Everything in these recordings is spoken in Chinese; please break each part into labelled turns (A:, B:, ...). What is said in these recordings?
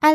A: 艾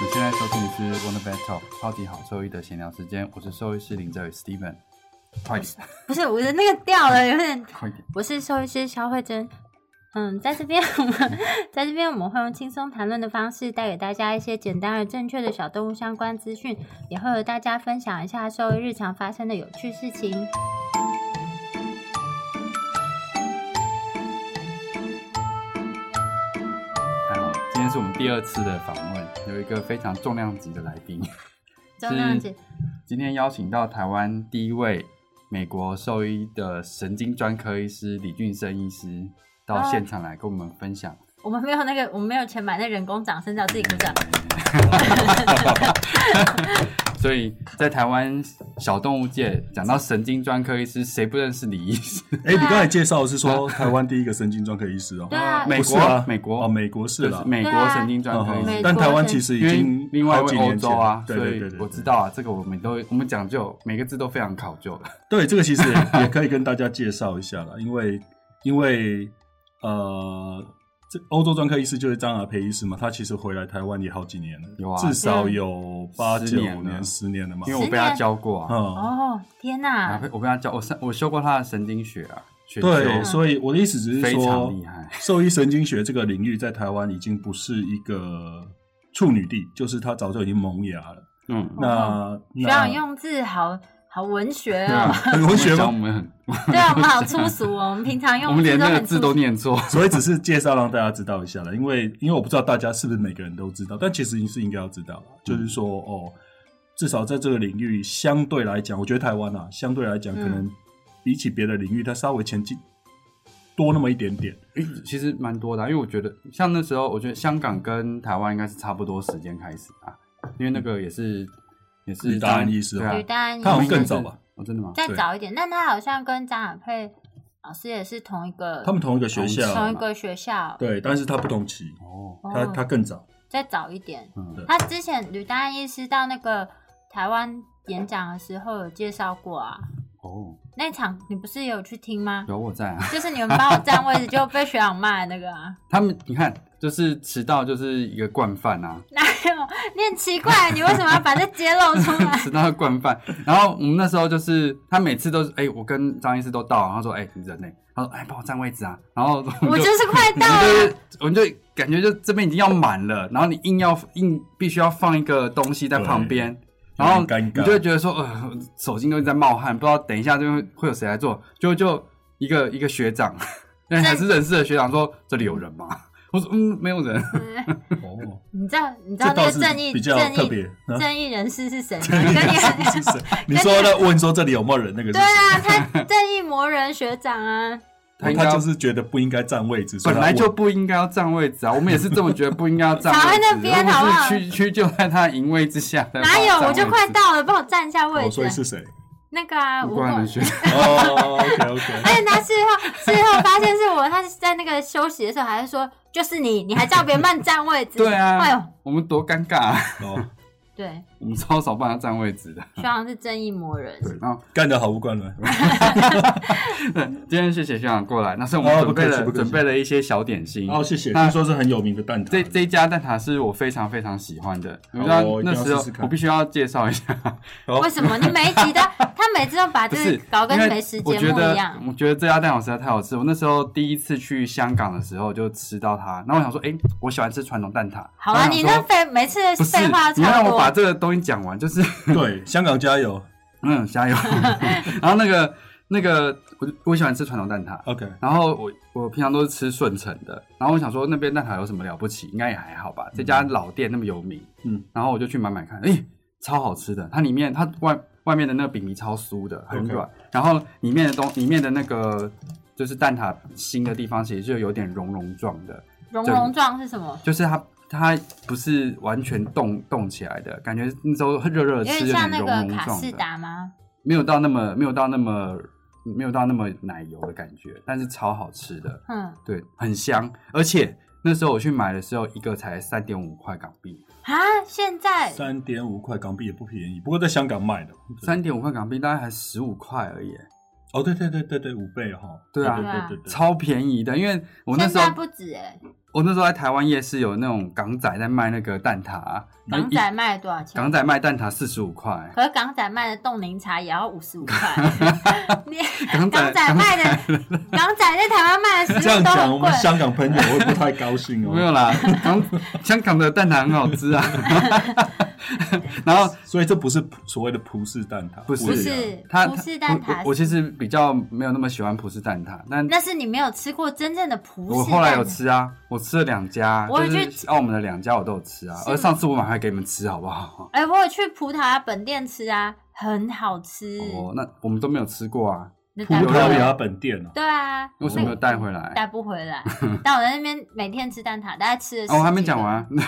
B: 你现在收听的是 Wonder Vet Talk 超级好兽医的闲聊时间，我是兽医师林哲宇 Steven。快点，
A: 不是，我的那个掉了，有点。
B: 快点！
A: 我是兽医师肖慧珍。嗯，在这边我们 在这边我们会用轻松谈论的方式，带给大家一些简单而正确的小动物相关资讯，也会和大家分享一下兽医日常发生的有趣事情。
B: 太好了，今天是我们第二次的访问，有一个非常重量级的来宾，
A: 重量级
B: 是今天邀请到台湾第一位美国兽医的神经专科医师李俊生医师到现场来跟我们分享。
A: 我们没有那个，我们没有钱买那人工掌声，叫自己鼓掌。
C: 啊
B: 所以在台湾小动物界，讲到神经专科医师，谁不认识李医师？
C: 哎、你刚
B: 啊
C: 才介绍的是说台湾第一个神经专科医师哦、
A: 对啊，
B: 美
C: 不是啊
B: 国，美国，
C: 哦，美国是
B: 就是
C: 啦，
B: 美
A: 对
B: 国
A: 啊
B: 神经专科医
A: 美国。
B: 师
C: 但台湾其实已
B: 因
C: 经
B: 为另外
C: 好
B: 为
C: 几
B: 欧
C: 年前
B: 洲啊，
C: 对
B: 所
C: 对
B: 以
C: 对对，
B: 我知道啊，这个我们都我们讲究每个字都非常考究了。
C: 对。对，这个其实也 也可以跟大家介绍一下啦，因为因为呃，这欧洲专科医师就是张雅培医师嘛，他其实回来台湾也好几年了，
B: 有啊
C: 至少有八
B: 十
C: 九
B: 年了
C: 年、十年了嘛
B: 因。为我被他教过啊，
C: 嗯，
A: 哦，天哪、
B: 啊我被他教，我上我修过他的神经学啊，选
C: 对，
B: 修
C: 所以我的意思只是
B: 非
C: 说
B: 常，厉害。
C: 兽医神经学这个领域在台湾已经不是一个处女地，就是它早就已经萌芽了。
B: 嗯，
C: 那
A: 学
C: 那
A: 长用字好好文学
B: 对啊
A: 哦。
C: 很文学
B: 教我
C: 吗？
B: 们很，
A: 对啊，我们好粗俗哦，我们平常
B: 我
A: 用
B: 们连
A: 字都
B: 那个
A: 很粗
B: 字都
A: 俗。
B: 念错。
C: 所以只是介绍让大家知道一下了，因为因为我不知道大家是不是每个人都知道，但其实是应该要知道啦，就是说哦，至少在这个领域相对来讲，我觉得台湾啊，相对来讲
A: 嗯
C: 可能比起别的领域，它稍微前进多那么一点点。
B: 其实蛮多的啊、因为我觉得像那时候，我觉得香港跟台湾应该是差不多时间开始啊，因为那个也是也是
C: 吕大安医师哦
B: 对啊
A: 吕丹，
C: 他好像更早吧？
B: 哦，真的吗？
A: 再
C: 对
A: 早一点，但他好像跟张雅佩老师也是同一个，
C: 他们同一个学
A: 同
C: 校
A: 一，个学校。
C: 对，但是他不同期，
B: 哦，
A: 哦，
C: 他他更早，
A: 再早一点，
B: 嗯，
A: 他之前吕丹医师到那个台湾演讲的时候有介绍过啊，
B: 哦，
A: 那场你不是有去听吗？
B: 有我在啊。
A: 就是你们帮我占位置就被学长骂的那个啊，
B: 他们你看，就是迟到就是一个惯犯啊，
A: 哪有？你很奇怪，你为什么要把这揭露出 来？
B: 迟到的惯犯。然后我们那时候就是他每次都是，哎、我跟张医师都到了，他说，哎、你人呢、他说，哎、帮我占位置啊。然后我
A: 我
B: 们就
A: 就是快
B: 我
A: 到
B: 们
A: 了，
B: 就是我们就感觉就这边已经要满了，然后你硬要硬必须要放一个东西在旁边，
C: 对
B: 然后
C: 有点
B: 你
C: 尴尬
B: 就会觉得说，呃，手心都一直在冒汗，不知道等一下就会会有谁来做，就就一个一个学长， 但还是认识的学长说这里有人吗？我说嗯，没有人。
A: 嗯
C: 哦，
A: 你知道你知道那
C: 这倒
A: 个
C: 是
A: 正义
C: 比较
A: 正
C: 特
A: 义
C: 别。啊
A: 正义人士是谁吗？
C: 正
A: 跟
C: 义人
A: 你
C: 士 是谁你说在问说这里有没有人那个是
A: 对
C: 谁？
A: 啊，他正义魔人学长啊，
B: 他应该
C: 哦他就是觉得不应该占位置，所以
B: 本
C: 他
B: 来就
C: 问
B: 不应该要占位置啊，我们也是这么觉得，不应该要占位置。
A: 藏在那边
B: 而
A: 好不好
B: 是屈屈就在他的营位之下。
C: 哎
A: 哪有？我就快到了，帮我占一下位
C: 哦，所以
A: 置。啊
C: 是谁？
A: 那个啊，
B: 不
A: 吴
B: 关
A: 冠
B: 人。学，
C: 哦，OK OK，
A: 而且他事后 事后发现是我，他是在那个休息的时候还是说就是你，你还叫别人帮你占位 置。
B: 对
A: 哎
B: 啊
A: 呦，，
B: 我们多尴尬，啊，
C: 哦，
A: 对，
B: 我们超少帮他占位置的。
A: 学长是正义魔人。
B: 对，然后
C: 干得好无关了。
B: 对，今天谢谢学长啊过来，那是我们
C: 哦
B: 准备
C: 不客
B: 了、
C: 气不客气
B: 准备了一些小点心。
C: 哦，谢谢。
B: 那
C: 听说是很有名的蛋挞，
B: 这这一家蛋挞是我非常非常喜欢的，你
C: 哦
B: 知道
C: 我一定
B: 那
C: 要
B: 时候
C: 试试看
B: 我必须要介绍一下，
C: 好
A: 为什么你每一 集都他每次都把
B: 哦不
A: 这
B: 是
A: 个搞跟
B: 因为
A: 没时
B: 我
A: 节
B: 觉
A: 目
B: 得
A: 一样？
B: 我觉得这家蛋挞实在太好吃，我那时候第一次去香港的时候就吃到它，然后我想说，哎、我喜欢吃传统蛋挞。
A: 好
B: 了、
A: 了，你那废每次的
B: 不是
A: 废话
B: 你
A: 超
B: 让我把
A: 多。
B: 这个东西讲完，就是
C: 对，香港加油。
B: 嗯， 加油。然后那个那个，我我喜欢吃传统蛋挞，
C: OK，
B: 然后我我平常都是吃顺成的，然后我想说那边蛋挞有什么了不起，应该也还好吧。这家老店那么有名，
C: 嗯，
B: 然后我就去买买看，诶，超好吃的。它里面它外外面的那个饼皮超酥的，很
C: OK
B: 软然后里面的东里面的那个就是蛋挞心的地方，其实就有点绒绒状的，
A: 融融状是什么？
B: 就是它它不是完全冻冻起来的，感觉那时候热
A: 有
B: 热的吃
A: 点
B: 有
A: 像
B: 点
A: 那
B: 融
A: 个
B: 融
A: 卡
B: 状
A: 士
B: 的，
A: 达吗？
B: 没有到那么没有到那么没有到那么奶油的感觉，但是超好吃的，
A: 嗯，
B: 对，很香。而且那时候我去买的时候，一个才三点五块港币，
A: 啊，现在
C: 三点五块港币也不便宜，不过在香港卖的
B: 三点五块港币大概还十五块而已，
C: 哦，对对对对对，五倍哦哈，
B: 对啊
C: 对对对对，
B: 超便宜的。因为我那
A: 现
B: 时候
A: 在不止哎，
B: 我那时候在台湾夜市有那种港仔在卖那个蛋挞啊，然后
A: 港
B: 一
A: 仔卖了多少钱？
B: 港仔卖蛋挞四十五块，
A: 可是港仔卖的冻柠茶也要五十五块， 你
B: 港
A: 港仔卖的港仔在台湾卖的食
C: 这
A: 物
C: 样
A: 都
C: 讲，我
A: 很贵
C: 们。香港朋友会不太高兴哦。
B: 没有啦，港 香港的蛋挞很好 吃啊。 然后
C: 所以这不是普所谓的葡式蛋挞，
B: 不是
A: 不
C: 一样
A: 是
B: 它
A: 葡式蛋
B: 我我
A: 挞，
B: 我其实比较没有那么喜欢葡式蛋挞，但
A: 那是你没有吃过真正的葡式蛋挞。
B: 我后来有吃啊，我吃了两家，
A: 我有
B: 就
A: 去
B: 是澳门的两家我都有吃啊。
A: 是吗
B: 而上次我买还给你们吃，好不好？
A: 哎、我有去葡萄本店吃啊，很好吃。
B: 哦，那我们都没有吃过啊，
A: 那
C: 葡
A: 带不回
C: 萄
A: 来
C: 牙本店哦。
A: 对啊，
B: 为什么没有带回来？
A: 带不回 来？但我在那边每天吃蛋挞，大概吃了十几个。
B: 哦，我还没讲
C: 啊
B: 完，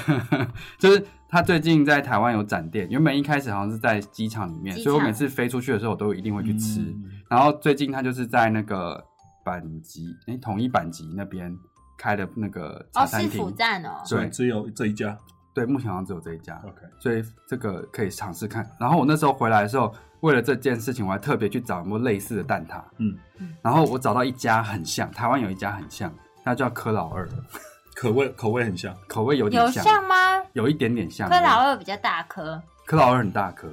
B: 啊 就是他最近在台湾有展店，原本一开始好像是在机场里面，
A: 机
B: 所以我
A: 场
B: 每次飞出去的时候，我都一定会去吃。
C: 嗯
B: 然后最近他就是在那个板级，哎、统一板级那边开的那个茶
A: 哦，
B: 餐
A: 是
B: 厅，
A: 釜站哦。
C: 所以只有这一家。
B: 对，目前好像只有这一家，
C: OK，
B: 所以这个可以尝试看。然后我那时候回来的时候，为了这件事情，我还特别去找有没有类似的蛋挞，
C: 嗯
A: 嗯，
B: 然后我找到一家很像，台湾有一家很像，它叫科老二，
C: 口味口味很像，
B: 口味有点
A: 有
B: 像，
A: 像吗？
B: 有一点点像，
A: 科老二比较大颗，
B: 科老二很大颗，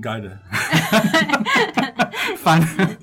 A: 对，
C: 该的。
A: 烦
B: 烦，
A: 呢、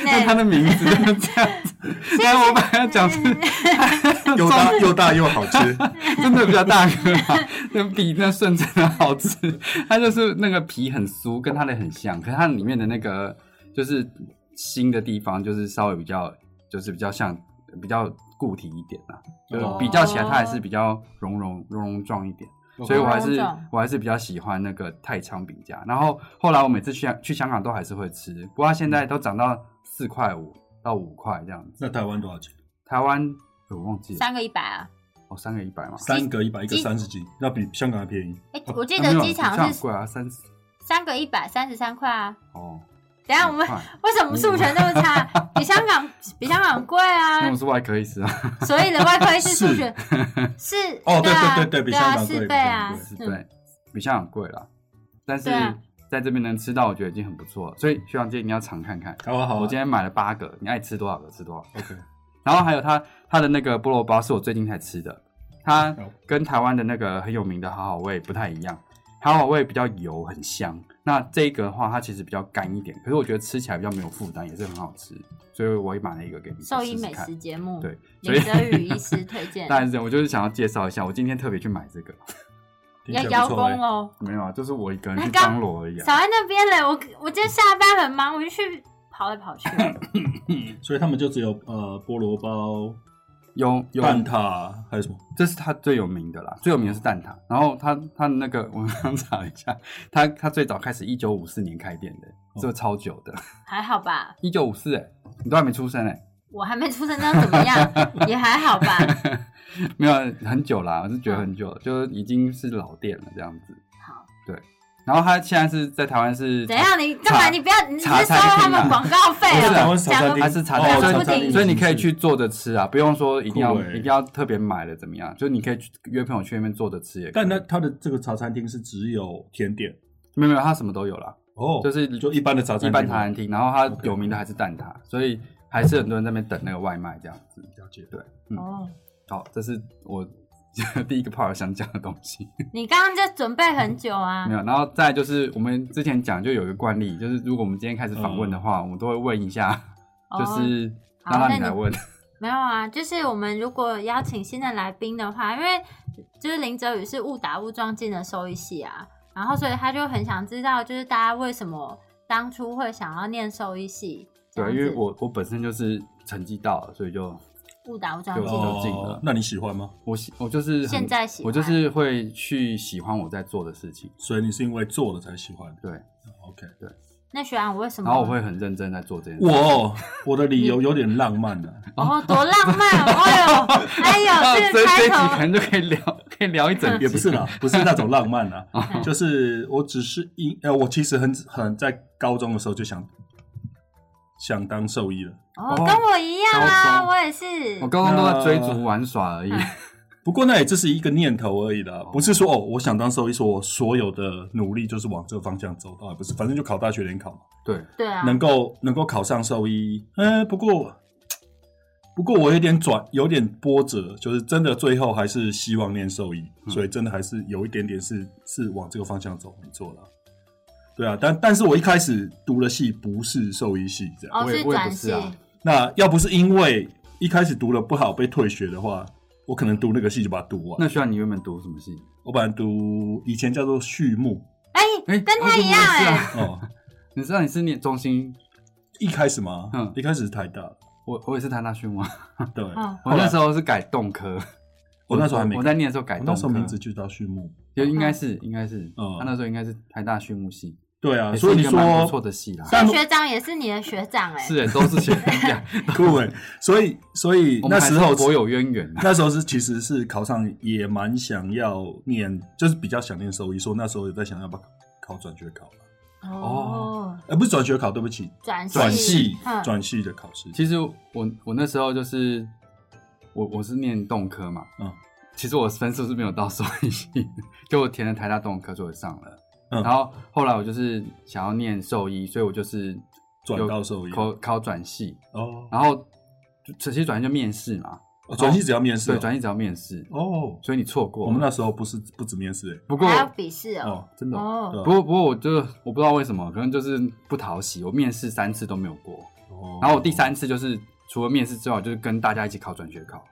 B: 那它的名字就是这样 子。但我本来要讲是
A: 嗯
C: 又大又大又 好吃，
B: 真的比较大颗啦， 那比那顺真的好吃。 它就是那个皮很酥，跟它的很像，可是它里面的那个就是新的地方，就是稍微比较，就是比较像比较固体一点啦。就是比较起来，它还是比较融融融融状一点。所以我还 是
A: 哦
B: 我还是比较喜欢那个太仓饼家。然后后来我每次去 去香港都还是会吃，不过它现在都涨到四块五到五块这样子。
C: 那台湾多少钱？
B: 台湾我忘记了，
A: 三个一百啊。
B: 哦，三个一百嘛。
C: 三个一百，一个
A: 鸡
C: 三十几，那比香港还便宜。
A: 哎、我记
B: 啊没
A: 得
B: 有
A: 机
B: 比香
A: 场
B: 港
A: 是
B: 贵啊，三十
A: 三个一百三十三块啊。
B: 哦。
A: 等一
C: 嗯
A: 下我们
B: 五块
A: 为什么数学那么 差？比香港比香港贵
B: 因为
A: 啊
B: 我！是外科医 师啊，
A: 所以的外科医师数 学是
C: 哦对
A: 啊
C: 对对对比
A: 对啊
C: 香港贵
A: 四
C: 比
A: 倍啊
C: 香港，
B: 是
A: 嗯
B: 对，比香港贵啦，但是
A: 对啊
B: 在这边能吃到，我觉得已经很不错了。所以学长姐你要尝看看。
C: 好啊好啊，
B: 我今天买了八个，你爱吃多少个吃多少个。
C: OK，
B: 然后还有它它的那个菠萝包是我最近才吃的，它
C: 好
B: 跟台湾的那个很有名的好好味不太一样，好好味比较油很香，那这个的话它其实比较干一点，可是我觉得吃起来比较没有负担，也是很好吃，所以我也买了一个给你
A: 兽医
B: 试试
A: 美
B: 看
A: 食节目，
B: 对，所
A: 林
B: 以
A: 泽宇医师 推荐，
B: 当然是这样，我就是想要介绍一下，我今天特别去买这个，
C: 听
A: 要
C: 起来
A: 邀
C: 不错欸
A: 功哦。
B: 没有啊，就是我一个人
A: 那
B: 去
A: 刚
B: 张罗而已、
A: 少
B: 啊。
A: 在那边嘞，我我今天下班很忙，我就去跑来跑去。
C: 所以他们就只有呃菠萝包、
B: 有有，
C: 蛋挞，还有什么？
B: 这是它最有名的啦，最有名的是蛋挞。然后它它的那个，我刚查了一下， 它它最早开始一九五四年开店的，
C: 哦
B: 这个超久的，
A: 还好吧，
B: 一九五四哎，你都还没出生哎、
A: 我还没出生，那又怎么样？也还好吧。
B: 没有啊很久啦，我是觉得很久了，就已经是老店了这样子。
A: 好，
B: 对。然后它现在是在台湾是
A: 怎样？你干嘛？
B: 茶
A: 你不要，你是
B: 茶
A: 收
B: 餐厅啊
A: 他们广告费
C: 不是台
A: 哦
C: 湾。茶餐厅
B: 它是啊茶
C: 哦
B: 餐
A: 茶
B: 厅，
A: 餐
B: 所
A: 厅
B: 以所以你可以去坐着吃啊，不用说一定要
C: 酷欸
B: 一定要特别买了怎么样，就是你可以去约朋友去那边坐着吃也可以。
C: 但那它的这个茶餐厅是只有甜点
B: 没有没有，它什么都有啦，
C: 哦，
B: 就是
C: 就一般的茶餐厅
B: 一般茶餐厅，然后它有名的还是蛋挞，所以还是很多人在那边等那个外卖这样子。
C: 了解
B: 对
A: 哦，
B: 好，这是我 第一个 part 想讲的东 西，
A: 你刚刚就准备很久啊
B: 没。有。然后再来就是我们之前讲就有一个惯例，就是如果我们今天开始访问的
C: 嗯
B: 话，我们都会问一下，
A: 哦
B: 就是
A: 好
B: 让
A: 那
B: 你
A: 你
B: 来问。
A: 没有啊，就是我们如果邀请新的来宾的话，因为就是林哲宇是误打误撞进了兽医系啊，然后所以他就很想知道，就是大家为什么当初会想要念兽医系。这样
B: 对，啊
A: 子
B: 因为我我本身就是成绩到了，所以就
A: 误打误撞
B: 对啊
A: 进
B: 我
A: 了，
B: 就进了
C: 哦，那你喜欢吗？
B: 我喜我就是很
A: 现在喜欢
B: 我就是会去喜欢我在做的事情。
C: 所以你是因为做了才喜欢的哦
B: 对，
C: ，OK，
A: 那学长，我为什么？
B: 然后我会很认真在做这件事。
C: 我哦我的理由有点浪漫了、
A: 哦，多浪漫！哎呦，哎
B: 那
A: 呦，这
B: 这
A: 个
B: 这
A: 开
B: 一集可
A: 头，
B: 能就可以聊，可以聊一整集，
C: 也不是啦，不是那种浪漫啦，就是我只是因呃，我其实很很在高中的时候就想想当兽医了，
A: 哦，跟我一样啊，
B: 高中
A: 我也是
B: 我。高中哦都在追逐玩耍
A: 嗯
B: 而已。
C: 不过那也只是一个念头而已啦，不是说哦，我想当兽医，说我所有的努力就是往这个方向走，当然不是，反正就考大学联考嘛，
B: 对，
A: 对啊，
C: 能够能够考上兽医，嗯，不过。不过我有点转，有点波折，就是真的最后还是希望念兽医，
B: 嗯
C: 所以真的还是有一点点是是往这个方向走，没错啦。对啊，但但是我一开始读的系不是兽医系，这样。
A: 哦，
B: 我也
A: 是
B: 我也
A: 转
B: 不是
A: 系，
B: 啊
C: 那要不是因为一开始读的不好被退学的话，我可能读那个系就把它读完。
B: 那需要你原本读什么系？
C: 我本来读以前叫做畜牧
A: 哎，
B: 哎，
A: 跟他
B: 为什么
A: 一样
B: 我是
A: 哎，
B: 啊
C: 哦，
B: 你知道你是念中心，
C: 一开始嘛，
B: 嗯
C: 一开始是台大，
B: 我我也是台大畜牧 啊，
C: 对，
A: 哦
B: 我那时候是改动科，
C: 我哦那时候还没，
B: 我在念的时候改
C: 我
B: 动科，
C: 那时候名字就叫畜牧，
B: 也应该是应该是，
C: 嗯
B: 他那时候应该是台大畜牧系，
C: 对啊，
B: 也
C: 所以
B: 是
C: 你
B: 一个蛮不错
C: 说
B: 的系啦。
A: 所
C: 但
A: 以学长也是你的学长哎，
B: 是，欸都是学长，
C: 酷哎，所以所以
B: 我们
C: 那
B: 还是
C: 时候
B: 颇有渊源啊。
C: 那时候是其实是考上也蛮想要念，就是比较想念兽医，说那时候有在想要不要考转学考，
A: 哦，
C: 呃，不是转学考，对不起，
A: 转
C: 转系
A: 嗯
C: 转系的考试，
B: 其实我我那时候就是我我是念动科嘛，
C: 嗯
B: 嗯，其实我分数是没有到兽医系，就我填了台大动科，所以我上了。
C: 嗯
B: 然后后来我就是想要念兽医，所以我就是
C: 转到兽医
B: 考考转系，
C: 哦，
B: 然后就其实转系就面试嘛，
C: 哦转系只要面试哦，
B: 对，转系只要面试，
C: 哦，
B: 所以你错过了。
C: 我们那时候不是不止面试
B: 不过
A: 还要笔试
C: 哎，
A: 哦，
C: 哦，
B: 真的哦、
A: 哦
C: 对啊
B: 不过不过我就我不知道为什么，可能就是不讨喜，我面试三次都没有过。
C: 哦
A: 哦
B: 然后我第三次就是除了面试之外，就是跟大家一起考转学考。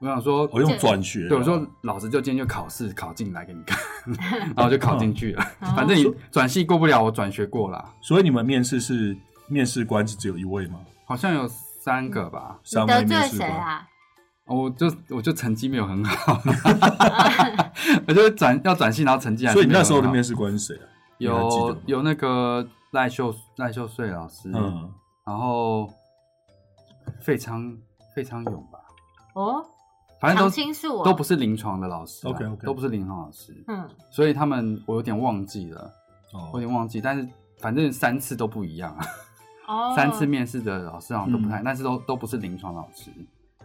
B: 我想说，
C: 我用转学，啊
B: 对我说，老师就今天就考试考进来给你看， 然后我就考进去了。
C: 嗯
B: 反
A: 哦
B: 正你
C: 哦
B: 转系过不了，我转学过啦，
C: 所以你们面试是面试官是只有一位吗？
B: 好像有三个吧。
C: 三
A: 你
C: 位
A: 得
C: 面
A: 罪
C: 试
A: 谁
C: 官，
A: 啊？
B: 我就我就成绩没有很 好，我就转要转系，然后成绩还是
C: 所以你那时候的
B: 没
C: 面
B: 有
C: 试官是谁啊？
B: 很好
C: 你还记得
B: 有
C: 吗
B: 有那个赖秀赖秀穗老师，
C: 嗯，
B: 然后费昌费昌勇吧，
A: 哦，
B: 反正
A: 常
B: 都
A: 青树哦
B: 都不是临床的老师啦啊
C: OK，OK
B: 都不是临床老师，
A: 嗯，
B: 所以他们我有点忘记了，我
C: 哦，
B: 有点忘记，但是反正三次都不一样啊，
A: 哦，
B: 三次面试的老师好像都不太，但是都都不是临床老师，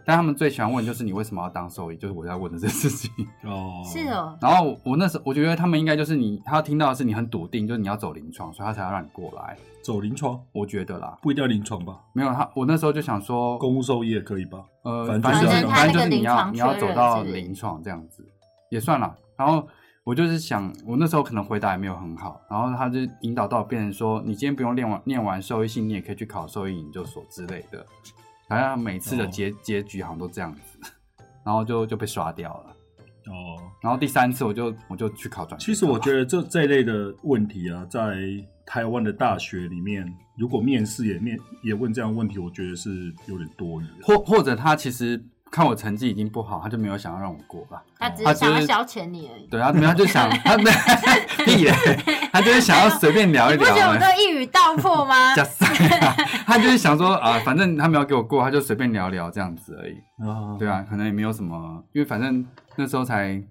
B: 但他们最喜欢问就是你为什么要当兽医，就是我在问的这事情。
C: 哦，
A: 是，哦，
B: 然后我那时候我觉得他们应该就是你，他听到的是你很笃定，就是你要走临床，所以他才要让你过来，
C: 走临床
B: 我觉得啦，
C: 不一定要临床吧，
B: 没有他，我那时候就想说，
C: 公务兽医也可以吧？
B: 呃，
C: 反
B: 反
C: 正
B: 正
C: 就是
B: 就是
C: 要当
A: 他那
B: 反正就
A: 个
B: 是你要
A: 临床
B: 你要
A: 确认
B: 走到
A: 是不是
B: 临床这样子也算了。然后我就是想，我那时候可能回答也没有很好，然后他就引导到变成说，你今天不用练完念完兽医系，你也可以去考兽医研究所之类的。好像每次
A: 哦
B: 的结、结局好像都这样子，然后就就被刷掉了。
C: 哦，
B: 然后第三次我就我就去考转学
C: 其实我
B: 考
C: 觉得这这一类的问题啊，在台湾的大学里面，如果面试也面也问这样的问题，我觉得是有点多余的。
B: 或或者他其实看我成绩已经不好，他就没有想要让我过吧。
A: 他只
B: 他
A: 是
B: 嗯啊就
A: 想要
B: 是
A: 消遣你而已。
B: 对啊，没有他就想他没有 屁嘞，他就是想要随便聊一
A: 你不
B: 聊
A: 觉得我
B: 而已。？
A: 都一语道破吗
B: 加塞 啊，他就是想说啊，反正他没有给我过，他就随便聊聊这样子而已。
C: 啊
B: 对，啊，可能也没有什么，因为反正那时候才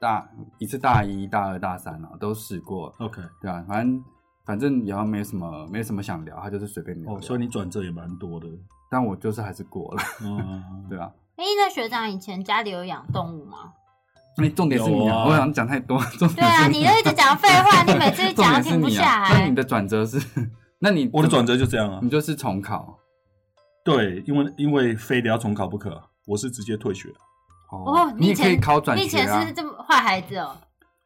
B: 大一次大一、大二、大三啊，都试过，
C: ，OK，
B: 对啊，反正反正也没什么，没什么想聊，他就是随便聊
C: 哦，
B: 聊
C: 所以你转折也蛮多 的，
B: 但我就是还是过了，
C: 嗯，
B: 对啊。
A: 哎，那学长以前家里有养动物 吗？
B: 那重点是你
C: 有
B: 啊，
C: 啊
B: 我想讲太多， 重
A: 对
B: 点
A: 啊，
B: 是
A: 你又一直讲废话，你每次
B: 重
A: 讲都
B: 点是
A: 停不
B: 你
A: 下
B: 啊，那
A: 来
B: 你。的转折是， 那你
C: 我的转
B: 折，
C: 折就这样啊
B: 你，就是重考
C: 对，因为因为非得要重考不可，我是直接退学。
A: 哦，
B: 你
A: 以
B: 也可以
A: 前
B: 考转
A: 你以
B: 学
A: 前
B: 啊
A: 是。这么坏孩子哦。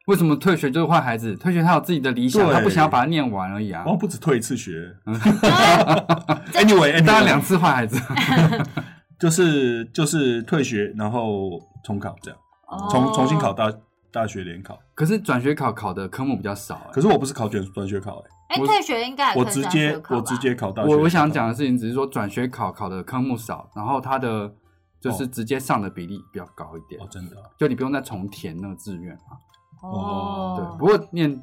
B: 为什么退学就是坏孩子？退学他有自己的理想，
C: 对
B: 他不想要把它念完而已啊
C: 然。后哦不止退一次学
A: 啊
C: 嗯哎，anyway，
B: 当然两次坏孩子，
C: 就是就是退学，然后重考这样，
A: 哦
C: 重重新考大大学联考。
B: 可是转学考考的科目比较少、欸。
C: 可是我不是考卷转学考、欸，
A: 哎，
B: 我
A: 退学应该也
C: 我
A: 可以
C: 直
A: 转
C: 接
A: 学考
C: 我
A: 吧
C: 直接考大学
B: 我
C: 联考。
B: 我想讲的事情只是说转学考考的科目少，然后它的
C: 哦
B: 就是直接上的比例比较高一点，
C: 哦，真的啊
B: 啊就你不用再重填那个志愿嘛。
A: 哦
B: 对，不，过念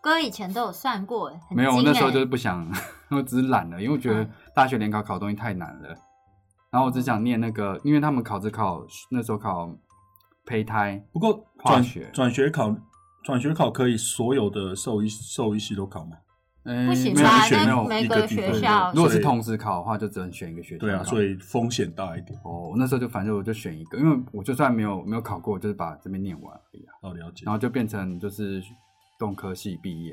A: 哥以前都有算过，很
B: 没有，我
A: 精
B: 那时候
A: 欸
B: 就是不想， 我只是懒了，因为我觉
C: 哦
B: 得
A: 嗯
B: 大学联考考的东西太难了。然后我只想念那个，因为他们考只考那时候考胚胎，
C: 不过
B: 化
C: 转
B: 学
C: 转学考，转学考可以所有的兽医兽医系都考吗？
B: 嗯，
A: 不行
B: 没有
A: 吧？
C: 一选没
A: 那
C: 有
A: 每
C: 一
A: 个
C: 个地
A: 学
C: 方
A: 校
B: 如果是
C: 哦所以
B: 通识考的话，就只能选一个学校。
C: 对啊，所以风险大一点。
B: 哦，我那时候就反正我就选一个，因为我就算没有没有考过，我就是把这边念完而已啊。
C: 好了解
B: 然。后就变成就是动科系毕业，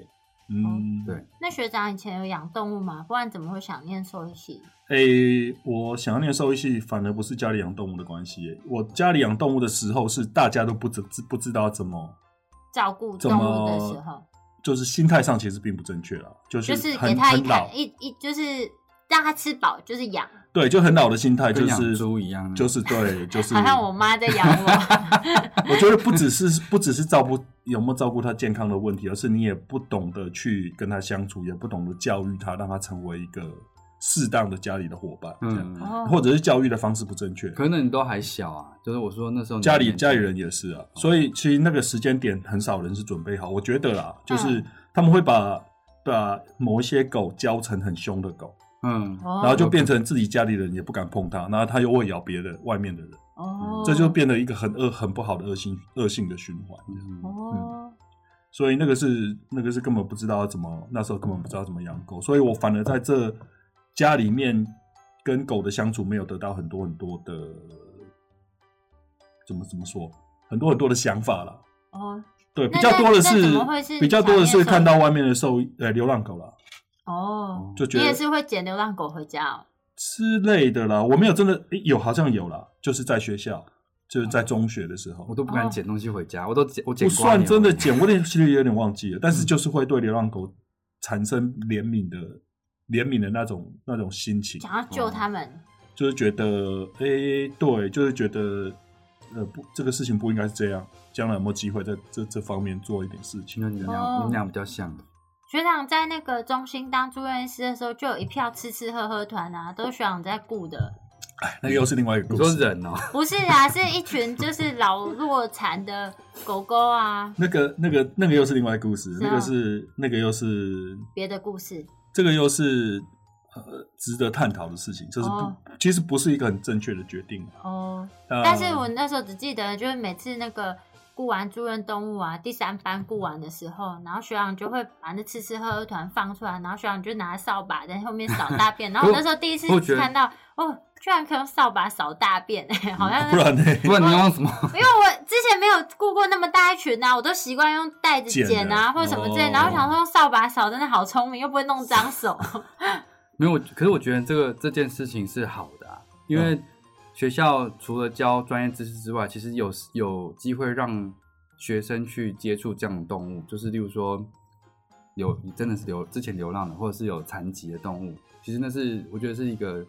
C: 嗯，
B: 对
A: 那学长以前有养动物吗？不然怎么会想念兽医系？
C: 诶、我想要念兽医系，反而不是家里养动物的关系耶。我家里养动物的时候，是大家都不知不知道怎么，
A: 照顾
C: 怎
A: 动物的时候
C: 么，，就是心态上其实并不正确啦，就
A: 就
C: 是
A: 是给
C: 很
A: 他一
C: 很老
A: 看，一一就是让他吃饱，就是养，
C: 对，就很老的心态，就
B: 跟养
C: 是
B: 猪一样，
C: 就是对，就 是
A: 好像我妈在养我。
C: 我觉得不只是不只是照顾有没有照顾他健康的问题，而是你也不懂得去跟他相处，也不懂得教育他，让他成为一个适当的家里的伙伴，这样，
B: 嗯。
A: 哦
C: 或者是教育的方式不正确。
B: 可能你都还小啊，就是我说那时候你
C: 家里
B: 年纪
C: 家里人也是啊，所以其实那个时间点很少人是准备好，我觉得啦，就是
A: 嗯
C: 他们会把把某一些狗教成很凶的狗，
B: 嗯，
A: 哦
C: 然后就变成自己家里人也不敢碰它，然后它又会咬别的外面的人，
A: 哦，
C: 这就变得一个很恶很不好的恶性恶性的循环。
B: 嗯
A: 哦，
C: 所以那个是那个是根本不知道怎么，那时候根本不知道怎么养狗，所以我反而在这家里面跟狗的相处没有得到很多很多的怎么怎么说，很多很多的想法啦。
A: 哦
C: 对，
A: 那
C: 比较多
A: 那
C: 的
A: 那
C: 是
A: 怎么会是
C: 比较多的
A: 小
C: 是
A: 野兽
C: 看到外面的兽医呃流浪狗啦，
A: 哦，
C: 就觉
A: 你也
C: 得
A: 是会捡流浪狗回家哦？
C: 之类的啦。我没有真的诶有，好像有啦，就是在学校，就是在中学的时候
B: 我，都不敢捡东西回家，我都捡我捡
C: 不
B: 过啊
C: 算真的
B: 你有没有
C: 捡，我有点其实有点忘记了，但
A: 嗯
C: 是就是会对流浪狗产生怜悯的怜悯的那种那种心情，
A: 想要救他们，
C: 就是觉得诶对，就是觉得呃不这个事情不应该是这样，将来有没有机会在这这方面做一点事情？
B: 那你们俩、
A: 哦
B: 你们俩比较像，
A: 学长在那个中心当住院医师的时候，就有一票吃吃喝喝团啊，都是学长在顾的。
C: 哎，那个又是另外一个
B: 你
C: 故
B: 说
C: 事。
B: 人哦、
A: 不是啊，是一群就是老弱残的狗狗啊，
C: 那个、那个、那个又是另外一个故事，
A: 是啊
C: 那个是那个又是
A: 别的故事。
C: 这个又是呃值得探讨的事情，就是不、
A: 哦
C: 其实不是一个很正确的决定。
A: 哦，
C: 呃
A: 但
B: 嗯
A: 是我那时候只记得，就是每次那个顾完住院动物啊，第三班顾完的时候，然后学长就会把那吃吃喝喝团放出来，然后学长就拿扫把在后面扫大 便，然后我那时候第一次
B: 我觉得
A: 看到，哦，居然可以用扫把扫大便、 好像
C: 不
A: 是。
C: 然呢？
B: 不然你用什么？
A: 因为我之前没有顾过那么大一群啊，我都习惯用袋子
C: 剪的
A: 剪啊，或者什么之类，
C: 哦
A: 然后想说用扫把扫真的好聪明，又不会弄脏 手。
B: 没有，我可是我觉得这个这件事情是好的、啊，因为
C: 嗯
B: 学校除了教专业知识之外，其实有有机会让学生去接触这样的动物，就是例如说有真的是流之前流浪的，或者是有残疾的动物，其实那是我觉得是一个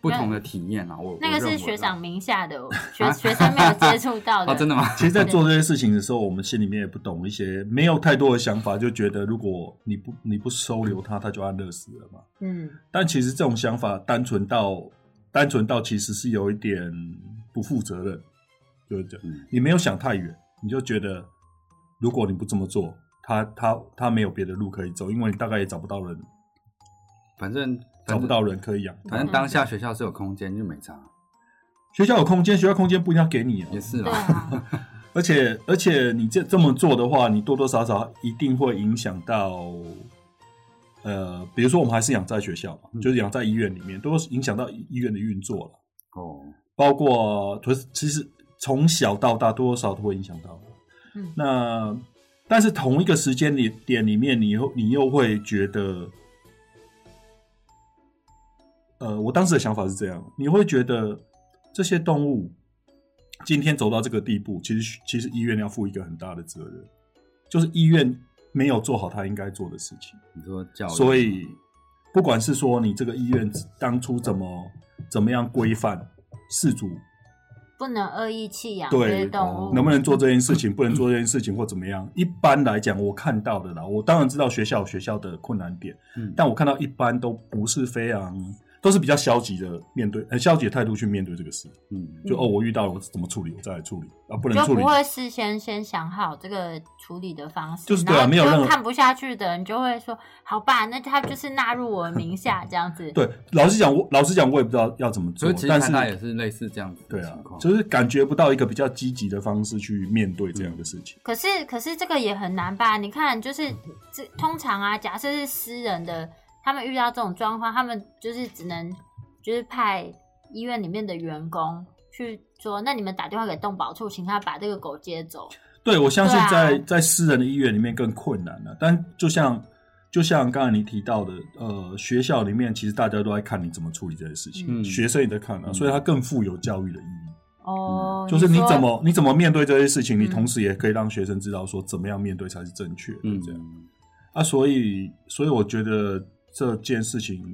B: 不同的体验啊。我
A: 那个
B: 我认为
A: 是
B: 啦
A: 学长名下的，学学生没有接触 到的。
B: 哦，真的吗？
C: 其实，在做这些事情的时候，我们心里面也不懂一些，没有太多的想法，就觉得如果你不你不收留它，它就安乐死了嘛。
A: 嗯，
C: 但其实这种想法单纯到单纯到其实是有一点不负责任，就是这样。
B: 嗯
C: 你没有想太远，你就觉得如果你不这么做，他他他没有别的路可以走，因为你大概也找不到人，
B: 反正
C: 找不，到人可以养。
B: 反
A: 嗯
B: 正当下学校是有空间，就没差，
C: 学校有空间，学校空间不一定要给你啊。
B: 也是
A: 对
B: 啦。
A: 啊，
C: 而且而且你这这么做的话，你多多少少一定会影响到，呃，比如说我们还是养在学校嘛，
B: 嗯
C: 就是养在医院里面，都影响到医院的运作了。
B: 哦，
C: 包括可是其实从小到大多多少少都会影响到。
A: 嗯
C: 那但是同一个时间里点里面，你又你又会觉得，呃，我当时的想法是这样，你会觉得这些动物今天走到这个地步，其实其实医院要负一个很大的责任，就是医院没有做好他应该做的事情。
B: 你说教育，
C: 所以不管是说你这个医院当初怎么怎么样规范事主，
A: 不能恶意弃养这
C: 对哦
A: 些动物。
C: 能不能做这件事情，不能做这件事情或怎么样，一般来讲我看到的啦，我当然知道学校有学校的困难点，
B: 嗯
C: 但我看到一般都不是非常。都是比较消极的面对，很消极的态度去面对这个事。
B: 嗯，
C: 就哦，我遇到了，我怎么处理？我再来处理啊，不能
A: 就
C: 处理
A: 不。会事先先想好这个处理的方式，
C: 就是
A: 然
C: 对啊
A: 后
C: 没有
A: 就
C: 任何
A: 看不下去的人就会说：“好吧，那他就是纳入我名下这样子。”，
C: 嗯对，老实讲，我老实讲，我也不知道要怎么
B: 所
C: 做
B: 以其，实
C: 但
B: 台
C: 是
B: 大也是类似这样子
C: 对
B: 的
C: 啊
B: 情况，，
C: 就是感觉不到一个比较积极的方式去面对这样的事情。
A: 可是可是这个也很难吧？你看，就是这通常啊，假设是私人的，他们遇到这种状况，他们就是只能就是派医院里面的员工去说：“那你们打电话给动保处，请他把这个狗接走。
C: 对，我相信
A: 对啊
C: 在、在私人的医院里面更困难了、但就像就像刚才你提到的，呃，学校里面其实大家都在看你怎么处理这些事情，
B: 嗯
C: 学生也在看啊，
B: 嗯
C: 所以它更富有教育的意义。”
A: 哦，
C: 嗯就是你
A: 说
C: 怎么你怎么面对这些事情，你
A: 嗯
C: 同时也可以让学生知道说怎么样面对才是正确的。
B: 嗯
C: 这样。啊，所以所以我觉得这件事情，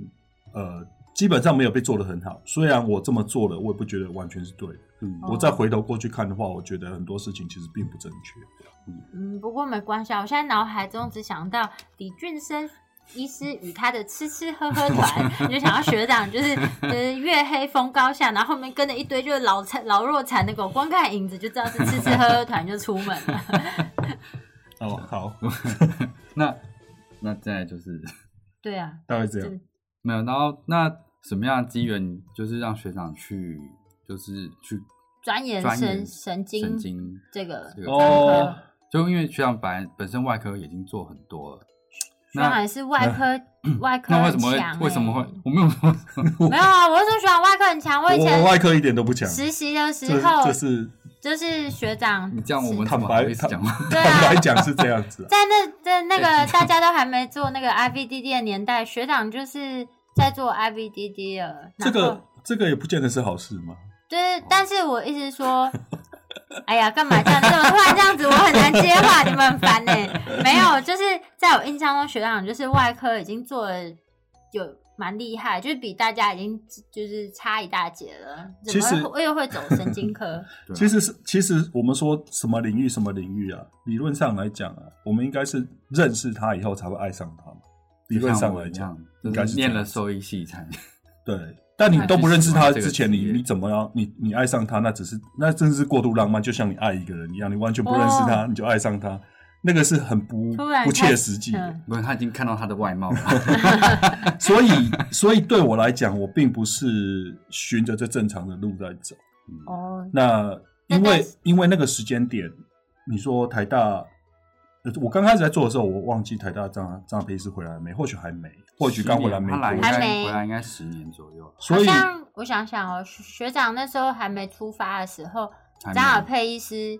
C: 呃，基本上没有被做得很好。虽然我这么做了，我也不觉得完全是对的。
B: 嗯
A: 哦
C: 我再回头过去看的话，我觉得很多事情其实并不正确。
A: 嗯，不过没关系啊，我现在脑海中只想到李俊生医师与他的吃吃喝喝团，你就想到学长 就是就是月黑风高下，然后后面跟着一堆就是老残老弱残的狗，光看影子就知道是吃吃喝喝团就出门了。
C: 哦，好，
B: 那那再来就是
A: 对啊，
C: 大概这
A: 这
C: 样。
B: 没有，然后那什么样的机缘就是让学长去就是去
A: 钻研
B: 钻
A: 神
B: 研
A: 神经
B: 神经
A: 这个
B: 这个
C: 哦，
B: 就因为学长本来本身外科已经做很多了，
A: 学长也是外科 外科
B: 呃那为
A: 很
B: 什么
A: 强、
B: 会、
A: 欸，
B: 为什么会我没有说
A: 没有啊？我是说学长外科很强，我以
C: 我
A: 前
C: 我外科一点都不强，
A: 实习的时
C: 这
A: 候
C: 这是
A: 就是学长
B: 你这样我们
A: 是
B: 怎么好意思讲话？
A: 对啊
C: 坦白讲是这样子 啊。
A: 在那在那个大家都还没做那个 IVDD 的年代，学长就是在做 IVDD 了。
C: 这
A: 然后
C: 个这个也不见得是好事嘛。
A: 就是，但是我一直说， 哎呀，干嘛这样？怎么突然这样子？我很难接话，你们很烦呢、 没有，就是在我印象中，学长就是外科已经做了有蛮厉害，就是比大家已经就是差一大截了。怎
C: 其实
A: 么会又会走神经科？
B: 对啊
C: 其实是其实我们说什么领域什么领域啊，理论上来讲啊，我们应该是认识他以后才会爱上他嘛。理论上来讲，
B: 就
C: 应该
B: 像我一样就是是
C: 这样
B: 念了兽医系才
C: 对，但你都不认识他之前，
B: 这个
C: 你
B: 职业
C: 你怎么样？你你爱上他，那只是那真是过度浪漫，就像你爱一个人一样，你完全不认识
B: 哦
C: 他，你就爱上他，那个是很不
A: 突然
C: 不
A: 开
C: 切
A: 始
C: 实际 的。
A: 嗯
B: 不是他已经看到他的外貌了，
C: 所以， 所以对我来讲，我并不是循着这正常的路在走。
A: 哦，
C: 那
A: 那
C: 因
A: 但
C: 为
A: 是
C: 因为那个时间点，你说台大，呃我刚开始在做的时候，我忘记台大张张培是回来没，或许还没， 或许刚回来没
B: 啊他来应
C: 多
A: 还
B: 该
C: 久，
A: 没
B: 回来应该十年左右，
A: 好
C: 所以
A: 像我想想哦，学学长那时候还没出发的时候，
B: 还没
A: 张尔佩医师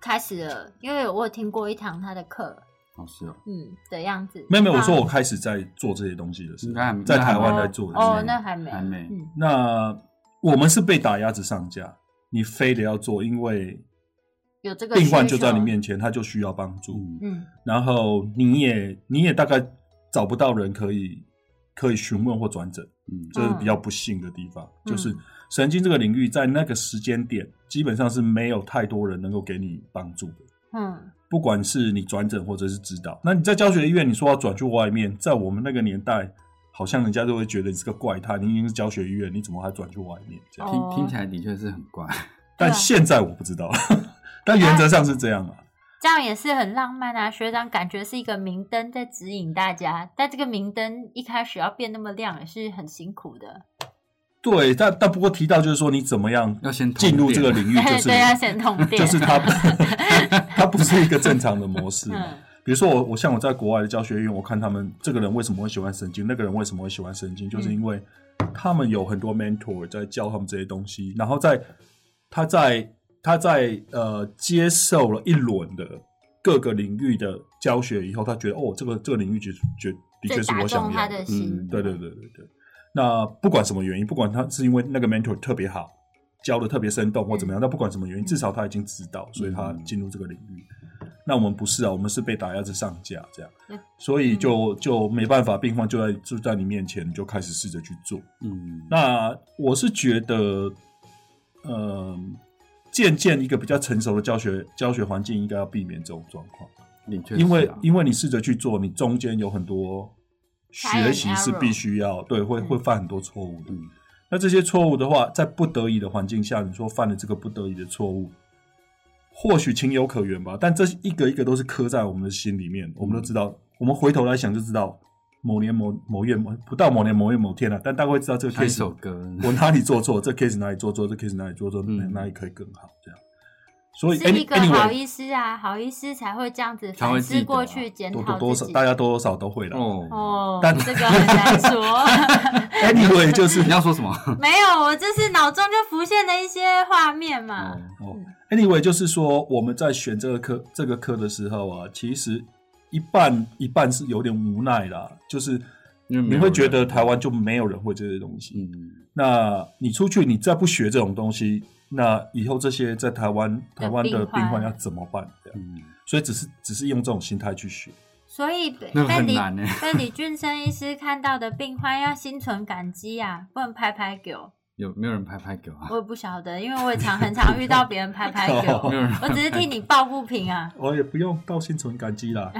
A: 开始了，因为我有听过一堂他的课，
B: 哦是哦，
A: 嗯的样子。
C: 没有没有，我说
A: 那
C: 我开始在做这些东西的时
B: 应该还
C: 候，
B: 没
C: 在台湾在做的时候
A: 哦，哦那还没，
B: 还没
A: 嗯，
C: 那我们是被打压着上架，你非得要做，因为
A: 有这个
C: 病患就
A: 需求
C: 在你，面前，他就需要帮助。
B: 嗯
A: 嗯，
C: 然后你也你也大概找不到人可以可以询问或转诊，
B: 嗯，
C: 这是比较不幸的地方。
A: 嗯
C: 就是神经这个领域，在那个时间点，基本上是没有太多人能够给你帮助的。
A: 嗯，
C: 不管是你转诊或者是指导，那你在教学医院，你说要转去外面，在我们那个年代，好像人家都会觉得你是个怪胎，你已经是教学医院，你怎么还转去外面？这样，
A: 哦啊
B: 听听起来的确是很怪，
C: 但现在我不知道，但原则上是这样啊。
A: 这样也是很浪漫啊。学长感觉是一个明灯在指引大家，但这个明灯一开始要变那么亮也是很辛苦的。
C: 对，但但不过提到就是说，你怎么样
B: 要先通
C: 进入这 个领域，嗯就是
A: 对，要先通电，
C: 就是 它它不是一个正常的模式嘛。
A: 嗯
C: 比如说我我像我在国外的教学院，我看他们这个人为什么会喜欢神经，那个人为什么会喜欢神
A: 嗯
C: 经，就是因为他们有很多 mentor 在教他们这些东西，然后在他在他在呃接受了一轮的各个领域的教学以后，他觉得哦，这个这个领域绝绝的确
A: 最
C: 是
A: 打
C: 我想
A: 中
C: 要
A: 他
C: 的
A: 的，心。
B: 嗯
C: 对对对对对。那不管什么原因，不管他是因为那个 mentor 特别好，教的特别生动或怎么样，那不管什么原因，至少他已经知道，所以他
A: 嗯
C: 进入这个领域。那我们不是啊，我们是被打压着上架这样
A: 嗯，
C: 所以就就没办法，病患就在就在你面前，你就开始试着去做。
B: 嗯，
C: 那我是觉得，呃，渐渐一个比较成熟的教学教学环境应该要避免这种状况。
B: 的确是啊，
C: 因为因为你试着去做，你中间有很多
A: Try and
C: 学习是
A: error 嗯
C: 必须要对，会会犯很多错误的
B: 嗯。
C: 那这些错误的话，在不得已的环境下，你说犯了这个不得已的错误，或许情有可原吧，但这一个一个都是刻在我们的心里面，我们
B: 嗯
C: 都知道，我们回头来想就知道，某年某某月某不到某年某月某天了、但大概会知道这个
B: 唱一
C: case
B: 首歌，
C: 我哪里做错，这 case 哪里做错，这 case 哪里做错，
B: 嗯
C: 哪哪里可以更好，这样。所以
A: 是一
C: any-
A: 个好
C: anyway，
A: 医师啊，好医师才会这样子
B: 才
A: 反
B: 会记
A: 思
B: 得
A: 过
B: 啊
A: 去，检
C: 多
A: 讨
C: 多多
A: 自
C: 少
A: 己。
C: 大家多多少都会了。
B: 哦，
A: 哦，
C: 但
A: 这个很难 说。
C: anyway，就是
B: 你要说什么？
A: 没有，我就是脑中就浮现了一些画面嘛。
B: 哦
C: 哦，anyway，就是说我们在选这个科这个科的时候啊，其实一半一半是有点无奈啦，就是
B: 因为没
C: 你
B: 有
C: 会觉得
B: 人
C: 台湾就没有人会这些东西。
B: 嗯，
C: 那你出去，你再不学这种东西，那以后这些在台湾台湾的
A: 病患
C: 病患要怎么办？这样
B: 嗯
C: 所以只是只是用这种心态去学。
A: 所以
B: 那个
A: 被
B: 很
A: 李
B: 难呢。欸
A: 被 李俊生医师看到的病患要心存感激啊，不能拍拍狗。
B: 有没有人拍拍狗啊？
A: 我也不晓得，因为我也常很常遇到别人拍拍
C: 哦
A: 狗
B: 没有人，
A: 我只是替你抱不平 啊。
C: 我哦也不用到心存感激 啦，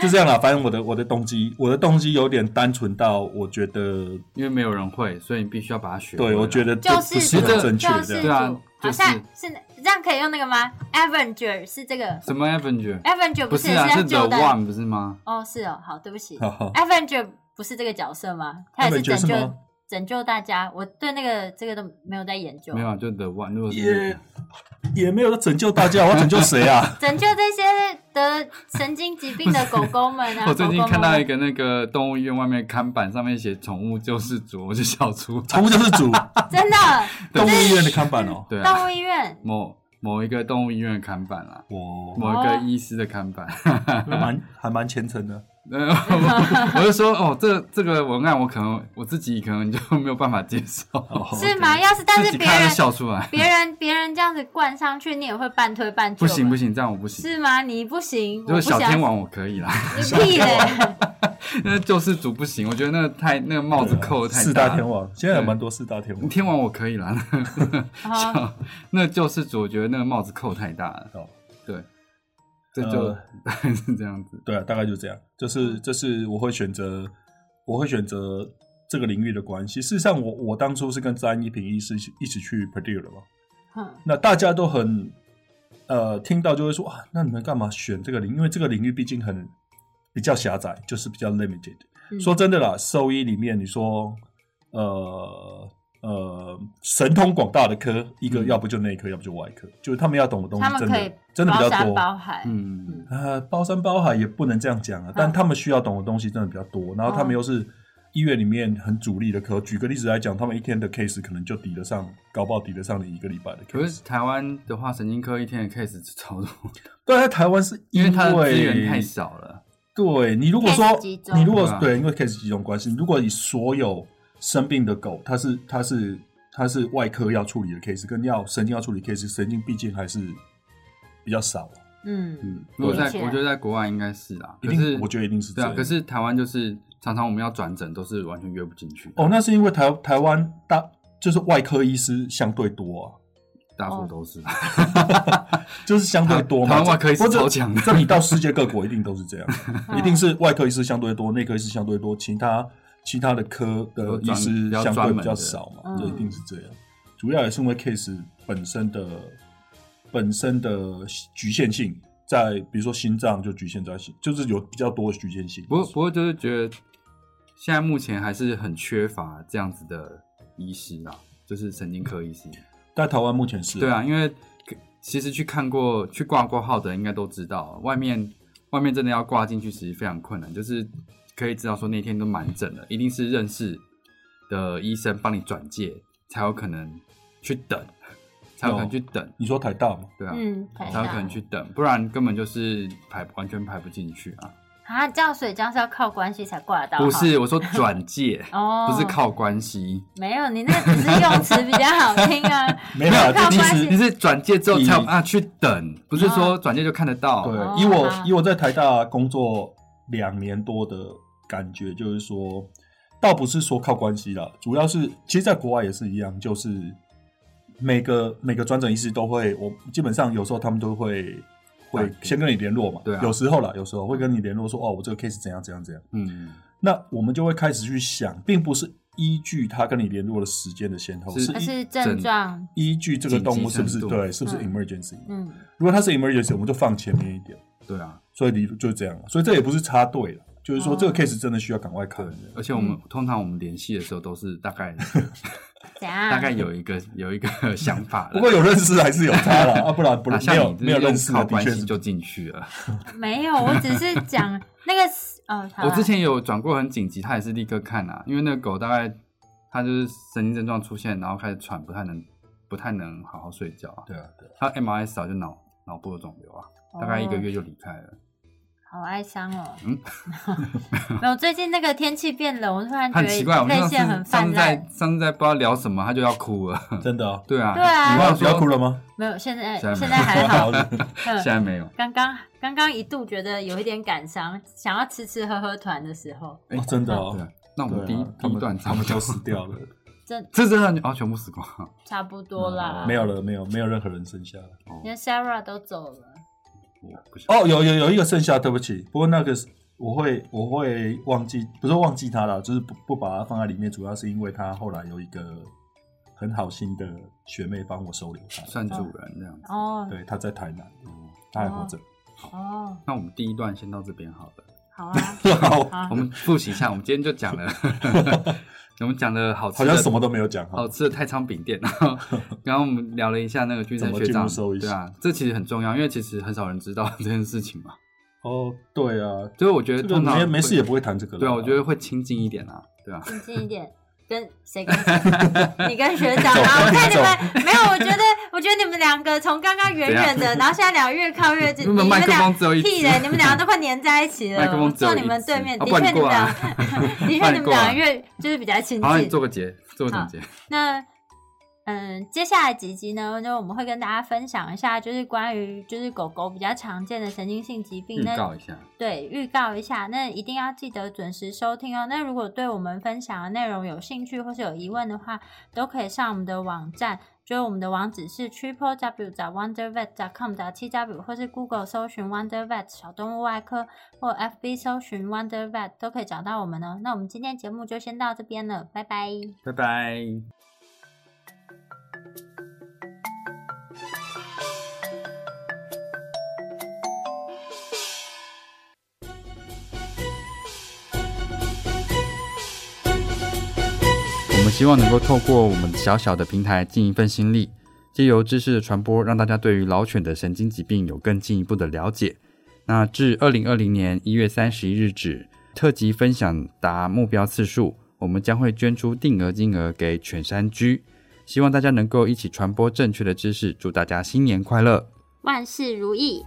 C: 就这样啦。反正我的我的动机，我的动机有点单纯到我觉得，
B: 因为没有人会，所以你必须要把它学会啊。
C: 对我觉得这
A: 救
C: 不
A: 世
C: 是
A: 主，
C: 很正确
A: 救
C: 这
A: 世
C: 样
A: 主，好
B: 对啊就是
A: 像是这样可以用那个吗？Avenger 是这个
B: 什么 Avenger
A: ，Avenger
B: 不
A: 是
B: 是啊，
A: 要
B: 是 The
A: 救的
B: One 不是吗？
A: 哦，是哦，好，对不起
C: 好好
A: ，Avenger 不是这个角色吗？他也是
C: Avenger
A: 拯
C: 是
A: 救
C: 吗
A: 拯救大家。我对那个这个都没有在研究，
B: 没有啊，就 The One。如果是那
C: 也
B: 个
C: 也没有要拯救大家，我要拯救 谁 啊？
A: 拯救这些得神经疾病的狗狗们啊！
B: 我最近
A: 狗狗们
B: 看到一个那个动物医院外面看板，上面写“宠物救世主”，我就笑出 来。
C: 宠物救世主，
A: 真 的
C: 动物医院的看板哦。
B: 对啊，
A: 动物医院
B: 某某一个动物医院的看板啦，
C: 哇，
B: 某一个医师的看板。
C: 那蛮还蛮虔诚的。
B: 呃我 我就说哦，这这个文案我可能我自己可能就没有办法接受，
C: 哦
A: 是吗？要是但
B: 自
A: 是
B: 己
A: 别
B: 看到
A: 人
B: 就笑出来。
A: 别人别人这样子灌上去，你也会半推半就。
B: 不行不
A: 行，
B: 行，这样我不行。
A: 是吗？你不行，我
B: 就
A: 不
B: 是小
A: 想。
B: 天王我可以啦，
A: 你屁 嘞！
B: 那救世主不行，我觉得那个太那个帽子扣的太
C: 啊四
B: 大
C: 大
B: 了
C: 天王，现在有蛮多四大天王。
B: 天王我可以啦，
A: 好
B: 那救世主我觉得那个帽子扣太大了，
C: 哦
B: 对，这就、
C: 呃
B: 大概 是这样子。
C: 对啊，大概就这样。就是这是我会选择，我会选择这个领域的关系。事实上我，我当初是跟詹一平医师一起一起去 Purdue 的嘛。
A: 哼
C: 那大家都很呃听到就会说啊，那你们干嘛选这个领域？因为这个领域毕竟很比较狭窄，就是比较 limited。
A: 嗯
C: 说真的啦，兽医里面你说呃呃神通广大的科，一个
B: 嗯
C: 要不就内科，要不就外科，就是他们要懂的东
A: 他
C: 西
A: 们
C: 真
A: 可以
C: 的真的比较
A: 包
C: 多。
A: 山包海。
B: 嗯，
C: 呃，包山包海也不能这样讲啊，
A: 嗯
C: 但他们需要懂的东西真的比较多，然后他
A: 哦
C: 们又是医院里面很主力的科。举个例子来讲，他们一天的 case 可能就抵得上，搞不好抵得上你一个礼拜的
B: 可
C: case
B: 是。台湾的话，神经科一天的 case 超多，
C: 对，在台湾是
B: 因为它的资源
C: 为
B: 太少了。
C: 对你如果说
A: case 集中
C: 你如果
B: 对啊
C: 对，因为 case 集中关系，如果你所有生病的狗，它是它是它是外科要处理的 case，跟要神经要处理 case，神经毕竟还是比较少，
A: 嗯，
B: 嗯，如果在
A: 理解
B: 我觉得在国外应该是啦，
C: 一
B: 可
C: 定
B: 是
C: 我觉得一定是这
B: 对啊
C: 样。，
B: 可是台湾就是常常我们要转诊都是完全约不进去的，
C: 哦，那是因为台台湾大就是外科医师相对多啊，
B: 大
A: 哦
B: 多都 是。
C: 就是相对多嘛。
B: 台台湾外科医师
C: 或者
B: 超强的
C: 这你到世界各国一定都是这样，一
A: 嗯
C: 定是外科医师相对多，内科医师相对多，其他其他的科的医师
B: 有专
C: 相对
B: 比较专门
C: 比
B: 的
C: 较少嘛，
A: 嗯
C: 这一定是这样。主要也是因为 case 本身的本身的局限性，在比如说心脏就局限在心，就是有比较多的局限性。
B: 不过不过就是觉得现在目前还是很缺乏这样子的医师啊，就是神经科医师。
C: 但台湾目前是
B: 对，啊，因为其实去看过、去挂过号的人应该都知道，外面外面真的要挂进去，其实非常困难。就是可以知道说那天都满诊了，一定是认识的医生帮你转介，才有可能去等，才有可能去等。
C: 你说台大嘛，
B: 对啊，
A: 嗯，台
B: 才有可
A: 大
B: 能去等，不然根本就是排完全排不进去啊！
A: 啊，这样所以这样是要靠关系才挂得到。，
B: 不是，我说转介
A: 哦，
B: 不是靠关系。
A: 没有，你那只是用词比较好听啊。
C: 没有啊，
A: 没有
C: 这
A: 靠
C: 其
B: 你
A: 关
B: 是
A: 系
C: 实
B: 你是转介之后才有
C: 你
B: 啊去等，不是说转介就看得到。啊
C: 对，
A: 哦
C: 以我
A: 好
C: 以我在台大工作两年多的感觉，就是说，倒不是说靠关系啦，主要是其实，在国外也是一样，就是每个每个专诊医师都会，我基本上有时候他们都会会先跟你联络嘛。
B: 对啊
C: 有时候啦，有时候会跟你联络说，哦，我这个 case 怎样怎样怎样。
B: 嗯，
C: 那我们就会开始去想，并不是依据他跟你联络的时间的先后，
B: 是
C: 是
A: 它
C: 依
A: 是症
B: 症
A: 状，
C: 依据这个动物是
B: 紧
C: 不
B: 急
C: 是
B: 程度
C: 对，是不是
A: 嗯
C: emergency？
A: 嗯，
C: 如果它是 emergency，我们就放前面一点。
B: 对啊，
C: 所以你就这样，啊所以这也不是插队了，就是说
A: 哦
C: 这个 case 真的需要赶快看
B: 对。而且我
C: 嗯
B: 们通常我们联系的时候都是大 概
A: 怎样？
B: 大概有一个有一个想法
C: 不
B: 了。
C: 过有认识还是有差啦，啊，不然不
B: 啊
C: 然没
B: 像
C: 有
B: 你
C: 没有认识
B: 靠
C: 的，的
B: 关
C: 确
B: 系
C: 是
B: 就进去了。
A: 没有，我只是讲那个是哦，好
C: 啊
B: 我
A: 啦
B: 之前有转过很紧急，他也是立刻看啊，因为那个狗大概它就是神经症状出现，然后开始喘，不太能不太能好好睡觉啊。
C: 对啊，对啊
B: 它 MRI 扫就脑脑部有肿瘤啊，大概一个
A: 哦
B: 月就离开了。
A: 好哀伤哦。
B: 嗯
A: 没有，最近那个天气变冷，我突然觉
B: 很
A: 得
B: 奇怪，我们
A: 泪
B: 上
A: 腺很
B: 次上
A: 泛
B: 次在
A: 滥。
B: 上次在不知道聊什么，它就要哭了。
C: 真的啊。
B: 对啊，
A: 对啊
B: 你
C: 你
B: 忘
C: 要
B: 了
C: 不要哭
B: 说，
C: 了吗？
A: 没有，现在
B: 现在没
A: 现在还 好。嗯
B: 现在没有。
A: 刚刚刚刚一度觉得有一点感伤，想要吃吃喝喝团的时候，
B: 哎
C: 哦真的哦
B: 对啊，那我
C: 对
B: 们
C: 啊
B: 第一
C: 他
B: 第一
C: 们
B: 段
C: 他们就死掉了，
B: 这真的哦，全部死 光了。
A: 差不 多
B: 嗯
A: 啦。
C: 没有了，没有没有任何人剩下了。
A: 连 Sarah 都走了，
B: 我不想
C: 哦，有有有一个剩下，对不起，不过那个是我会我会忘记，不是忘记他了，就是不不把它放在里面，主要是因为他后来有一个很好心的学妹帮我收留他，
B: 算主人这样子。
A: 哦
C: 对，他在台南，嗯他还活着。
A: 哦，
B: 那我们第一段先到这边好了。
A: 好 啊，
C: 好，
A: 好啊
B: 我，们复习一下，我们今天就讲 了，我们讲了好吃
C: 好
B: 的，
C: 像什么都没有讲哈
B: 好。吃的太仓饼店，然 后然后我们聊了一下那个军山
C: 怎么
B: 学
C: 进入
B: 长，
C: 兽医
B: 对啊，这其实很重要，因为其实很少人知道这件事情嘛。
C: 哦，对啊，
B: 所以我觉
C: 这
B: 得
C: 个
B: 通
C: 没
B: 常
C: 没事
B: 会
C: 也不会谈这个啦。
B: 对啊，我觉得会亲近一点啊，对啊，
A: 冷静一 点，跟谁跟谁？你跟学长啊？我看你们没有，我觉得，我觉得你们两个从刚刚远远的，然后现在俩越靠越近，
B: 因为
A: 你
B: 麦
A: 们
B: 克
A: 俩
B: 风只有一
A: 屁
B: 只
A: 嘞，你们两个都快粘在一起了。
B: 麦克风只
A: 坐
B: 有一只
A: 你们对面，
B: 啊
A: 的
B: 不
A: 确你
B: 然你
A: 们
B: 过
A: 俩的
B: 来，不
A: 确
B: 然
A: 你
B: 你
A: 们
B: 过来
A: 俩越就是比较亲
B: 好，你
A: 近。
B: 做个结，做个总结，
A: 那嗯，接下来几集呢，就我们会跟大家分享一下，就是关于就是狗狗比较常见的神经性疾病。
B: 预
A: 那
B: 告一下，
A: 对，预告一下，那一定要记得准时收听哦。那如果对我们分享的内容有兴趣或是有疑问的话，都可以上我们的网站，就是我们的网址是 triple w wonder vet com 的 t w，或是 Google 搜寻 wonder vet 小动物外科，或 FB 搜寻 wonder vet 都可以找到我们哦。那我们今天节目就先到这边了，拜拜。
B: 拜拜。我们希望能够透过我们小小的平台尽一份心力，借由知识的传播，让大家对于老犬的神经疾病有更进一步的了解。那至二零二零年一月三十一日止，特辑分享达目标次数，我们将会捐出定额金额给犬山居，希望大家能够一起传播正确的知识。祝大家新年快乐！
A: 万事如意。